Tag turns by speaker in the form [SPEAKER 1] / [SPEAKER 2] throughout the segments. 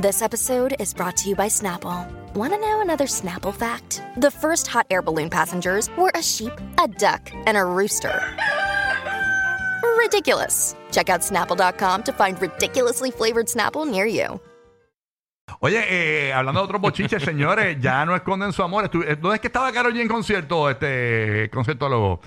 [SPEAKER 1] This episode is brought to you by Snapple. Want to know another Snapple fact? The first hot air balloon passengers were a sheep, a duck, and a rooster. Ridiculous. Check out snapple.com to find ridiculously flavored Snapple near you.
[SPEAKER 2] Oye, eh, hablando de otros bochiches, señores, ya no esconden su amor. Estu- eh, ¿Dónde es que estaba Karol G en concierto, este conciertólogo?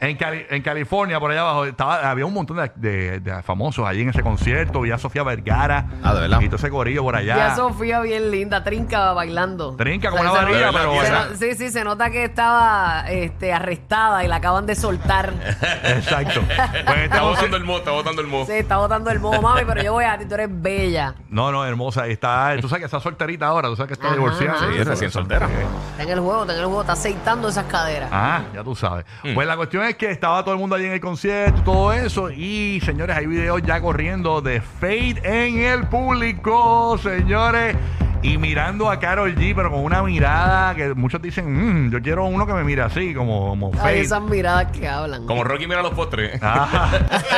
[SPEAKER 2] En, Cali- en California, por allá abajo, estaba, había un montón de, de- de famosos allí en ese concierto. Vi a Sofía Vergara.
[SPEAKER 3] Ah, ¿de verdad?
[SPEAKER 2] Y todo ese gorillo por allá.
[SPEAKER 4] Ya Sofía bien linda, trinca bailando.
[SPEAKER 2] Trinca como
[SPEAKER 4] O sea,
[SPEAKER 2] una
[SPEAKER 4] se
[SPEAKER 2] varilla,
[SPEAKER 4] nota-
[SPEAKER 2] pero
[SPEAKER 4] se
[SPEAKER 2] baila.
[SPEAKER 4] no- sí, sí, se nota que estaba este, arrestada y la acaban de soltar.
[SPEAKER 2] Exacto. Pues este
[SPEAKER 3] Está
[SPEAKER 2] conci-
[SPEAKER 3] botando el mo, está botando el mo.
[SPEAKER 4] se está botando el modo, mami, pero yo voy a ti, tú eres bella.
[SPEAKER 2] No, no, hermosa. Está, eh, tú sabes que está solterita ahora, tú sabes que está
[SPEAKER 4] Ajá,
[SPEAKER 2] divorciada.
[SPEAKER 4] ajá.
[SPEAKER 3] Sí, es recién soltera.
[SPEAKER 4] Está en el juego, está en el juego, está aceitando esas caderas.
[SPEAKER 2] Ah, ya tú sabes.
[SPEAKER 3] Mm.
[SPEAKER 2] Pues la cuestión es que estaba todo el mundo allí en el concierto, todo eso. Y señores, hay videos ya corriendo de Fade en el público, señores. Y mirando a Carol G, pero con una mirada que muchos dicen, "Mm, yo quiero uno que me mire así, como, como
[SPEAKER 4] Ay,
[SPEAKER 2] Fade.
[SPEAKER 4] esas miradas que hablan.
[SPEAKER 3] Como Rocky mira los postres.
[SPEAKER 2] Ah,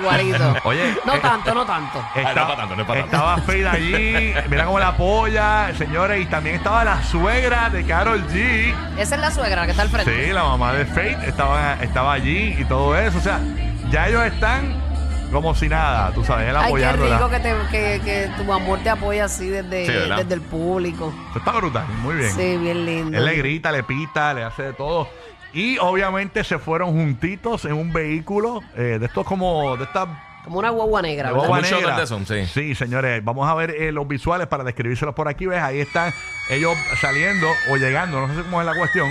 [SPEAKER 4] Igualito.
[SPEAKER 2] Oye, eh,
[SPEAKER 4] No tanto, no tanto.
[SPEAKER 2] está-
[SPEAKER 3] no es pa' tanto, no es pa' tanto.
[SPEAKER 2] Estaba Fade allí, mira cómo la apoya, señores. Y también estaba la suegra de Carol G.
[SPEAKER 4] Esa es la suegra la que está al frente.
[SPEAKER 2] Sí, la mamá de Faith estaba, estaba allí y todo eso. O sea, ya ellos están como si nada, tú sabes, él
[SPEAKER 4] Ay, qué rico
[SPEAKER 2] apoyándola.
[SPEAKER 4] que, te- que- que tu amor te apoya así desde,
[SPEAKER 3] Sí, ¿verdad?
[SPEAKER 4] desde el público.
[SPEAKER 2] Eso Está brutal, muy bien.
[SPEAKER 4] Sí, bien lindo.
[SPEAKER 2] Él le grita, le pita, le hace de todo. Y obviamente se fueron juntitos en un vehículo eh, de estos como, de estas
[SPEAKER 4] Como una guagua negra.
[SPEAKER 2] de
[SPEAKER 4] ¿verdad?
[SPEAKER 2] guagua
[SPEAKER 3] Un shot
[SPEAKER 2] negra.
[SPEAKER 3] de eso, sí.
[SPEAKER 2] señores, vamos a ver eh, los visuales para describírselos por aquí, ves, ahí están ellos saliendo o llegando, no sé cómo es la cuestión.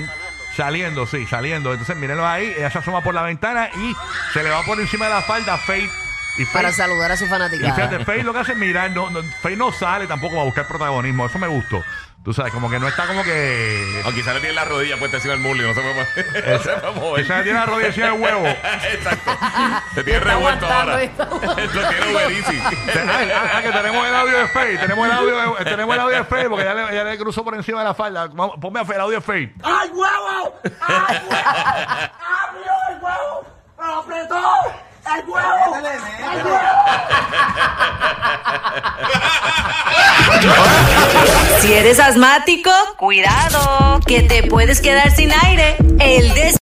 [SPEAKER 2] Saliendo, sí, saliendo. Entonces, mírenlo ahí, ella se asoma por la ventana y se le va por encima de la falda Faith. Y Faith,
[SPEAKER 4] Para saludar a su
[SPEAKER 2] y
[SPEAKER 4] fanática.
[SPEAKER 2] fíjate, Faith lo que hace es mirar, no, no, Faith no sale tampoco a buscar protagonismo, eso me gustó. Tú sabes, como que no está como que...
[SPEAKER 3] O quizá le tiene la rodilla puesta encima del muslo y no se puede mover. No se puede mover.
[SPEAKER 2] Esa tiene la rodilla encima del huevo.
[SPEAKER 3] Exacto. Se tiene
[SPEAKER 4] Está
[SPEAKER 3] revuelto
[SPEAKER 4] aguantando,
[SPEAKER 3] ahora.
[SPEAKER 4] está
[SPEAKER 3] Lo tiene buenísimo.
[SPEAKER 2] Ah, ah, ah, que tenemos el audio de Faith, tenemos el audio de, tenemos el audio de Faith, porque ya le, ya le cruzó por encima de la falda. Vamos, ponme a Faith, el audio de Faith.
[SPEAKER 5] ¡Ay, huevo! ¡Ay, huevo! ¡Abrió el huevo! ¡Apretó! ¡El huevo! ¡El huevo!
[SPEAKER 6] Si eres asmático, cuidado, que te puedes quedar sin aire. El des